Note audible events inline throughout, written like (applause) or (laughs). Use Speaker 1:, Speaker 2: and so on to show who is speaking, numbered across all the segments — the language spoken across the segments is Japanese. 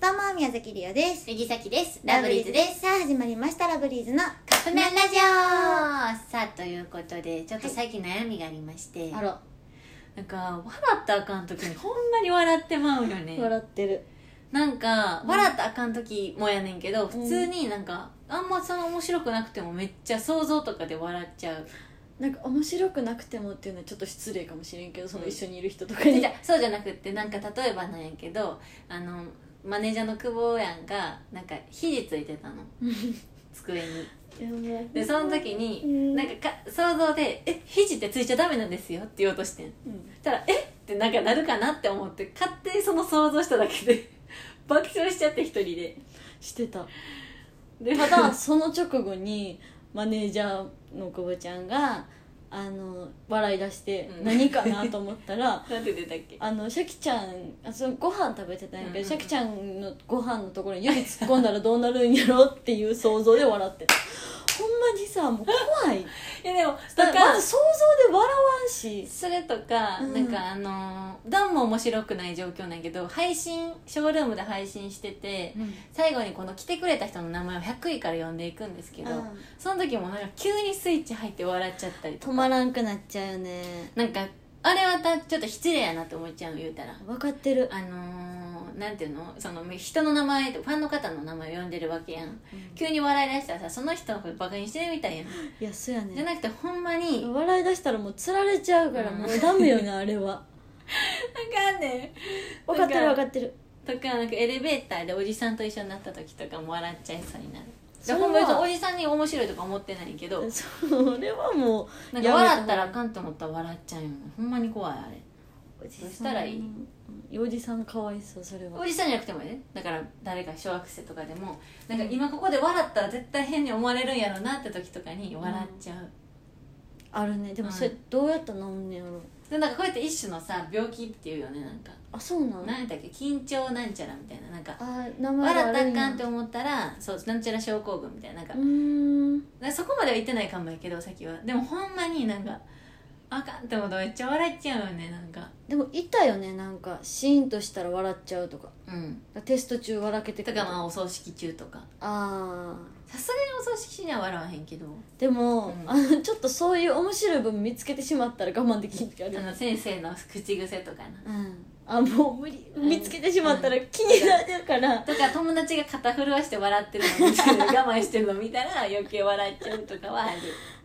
Speaker 1: どうも宮崎りおです
Speaker 2: 杉崎ですラブリーズです
Speaker 1: さあ始まりましたラブリーズの
Speaker 2: カップ麺ラジオさあということでちょっと
Speaker 1: はい
Speaker 2: 最近悩みがありまして、
Speaker 1: あら
Speaker 2: なんか笑ったらあかん時にほんまに笑ってまうよね
Speaker 1: 笑ってる
Speaker 2: なんか笑ったらあかん時もやねんけど、
Speaker 1: ん
Speaker 2: 普通になんかあんまその面白くなくてもめっちゃ想像とかで笑っちゃう
Speaker 1: なんか面白くなくてもっていうのはちょっと失礼かもしれんけどその
Speaker 2: うん
Speaker 1: 一緒にいる人とか
Speaker 2: じ
Speaker 1: に
Speaker 2: ゃそうじゃなくってなんか例えばなんやけどあのマネージャーの久保やんがなんか肘ついてたの机に (laughs) でその時
Speaker 1: うん
Speaker 2: になんかか想像で「え肘ってついちゃダメなんですよ」って言おうとしてん
Speaker 1: うん
Speaker 2: たら「えっ!」てなんかなるかなって思って勝手にその想像しただけで (laughs) 爆笑しちゃって一人で
Speaker 1: してた
Speaker 2: で
Speaker 1: ま
Speaker 2: (laughs)
Speaker 1: たその直後にマネージャーの久保ちゃんがあの笑い出して
Speaker 2: うん
Speaker 1: 何かなと思った
Speaker 2: (laughs)
Speaker 1: ら
Speaker 2: なんて出たっけ
Speaker 1: あのシャキちゃんあそのご飯食べてたんやけど、
Speaker 2: うんうんうん
Speaker 1: シャキちゃんのご飯のところに指突っ込んだらどうなるんやろっていう想像で笑ってたほんまにさもう怖
Speaker 2: (laughs)
Speaker 1: い
Speaker 2: いやでもと
Speaker 1: だからま
Speaker 2: か
Speaker 1: ず想像で笑わんし
Speaker 2: それとか、
Speaker 1: うん
Speaker 2: なんかあのーどうも面白くない状況なんやけど配信ショールームで配信してて最後にこの来てくれた人の名前を100位から呼んでいくんですけど、
Speaker 1: うん
Speaker 2: その時もなんか急にスイッチ入って笑っちゃったり
Speaker 1: 止
Speaker 2: とか
Speaker 1: まらんくなっちゃうよね
Speaker 2: なんかあれはたちょっと失礼やなって思っちゃう言うたら
Speaker 1: 分かってる、
Speaker 2: あのー、なんていうのその人の名前ファンの方の名前を呼んでるわけやん急に笑い出したらさその人のことバカにしてるみたいやん、
Speaker 1: いやそうや
Speaker 2: じゃ
Speaker 1: ね
Speaker 2: なくてほんまにわ
Speaker 1: 笑い出したらもうつられちゃうから
Speaker 2: うん
Speaker 1: もうダメよねあれ
Speaker 2: (laughs)
Speaker 1: は
Speaker 2: かんね
Speaker 1: 分かってる
Speaker 2: な
Speaker 1: 分
Speaker 2: んか
Speaker 1: かってる
Speaker 2: えとかなんかエレベーターでおじさんと一緒になった時とかも笑っちゃいそうになる
Speaker 1: そ
Speaker 2: で
Speaker 1: れ
Speaker 2: ほんまにお
Speaker 1: は
Speaker 2: じさんに面白いとか思ってないけど
Speaker 1: それはも
Speaker 2: なんか笑ったらあかんと思ったら笑っちゃうよほんまに怖いあれ
Speaker 1: うおじ
Speaker 2: どうしたらいい
Speaker 1: いおじさんかわいそうそれは
Speaker 2: おじさんじゃなくてもねだから誰か小学生とかでもなんか今ここで笑ったら絶対変に思われるんやろなって時とかに笑っちゃう、
Speaker 1: あるねでも
Speaker 2: うん
Speaker 1: それどうやったら治んねやろ
Speaker 2: でなんかこうやって一種のさ病気っていうよねなんか
Speaker 1: あそうなん
Speaker 2: 何だっけ緊張なんちゃらみたいななんか
Speaker 1: あ名前が
Speaker 2: 笑
Speaker 1: あ
Speaker 2: っ
Speaker 1: る
Speaker 2: たら
Speaker 1: ん
Speaker 2: あ
Speaker 1: や
Speaker 2: かんって思ったらそうなんちゃら症候群みたいななんか
Speaker 1: うーん
Speaker 2: だからそこまでは言ってないかもやけど先はでもほんまになんかあかんって思うとめっちゃ笑っちゃうよねなんか
Speaker 1: でもいたよねなんかシーンとしたら笑っちゃうとか
Speaker 2: うん
Speaker 1: テスト中笑けて
Speaker 2: と
Speaker 1: る
Speaker 2: かまあお葬式中とか
Speaker 1: あー
Speaker 2: さすがにお葬式中には笑わへんけど
Speaker 1: でも、
Speaker 2: うん
Speaker 1: あのちょっとそういう面白い部分見つけてしまったら我慢できん時ある
Speaker 2: あの先生の口癖とかな
Speaker 1: うんあもう無理
Speaker 2: うん
Speaker 1: 見つけてしまったら気になるから、
Speaker 2: とか友達が肩震わして笑ってるの見て
Speaker 1: (laughs)
Speaker 2: 我慢してるの見たら余計笑っちゃうとかはある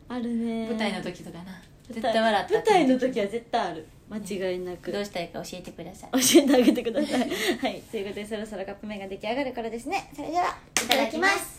Speaker 1: あるね
Speaker 2: 舞台の時とかな
Speaker 1: 舞
Speaker 2: 絶
Speaker 1: 台
Speaker 2: 対笑った
Speaker 1: 舞台の時は絶対ある間違いなく、
Speaker 2: どうしたいか教えてください (laughs)
Speaker 1: 教えてあげてくださいはいということでそろそろカップ麺が出来上がるからですねそれではい
Speaker 2: ただきます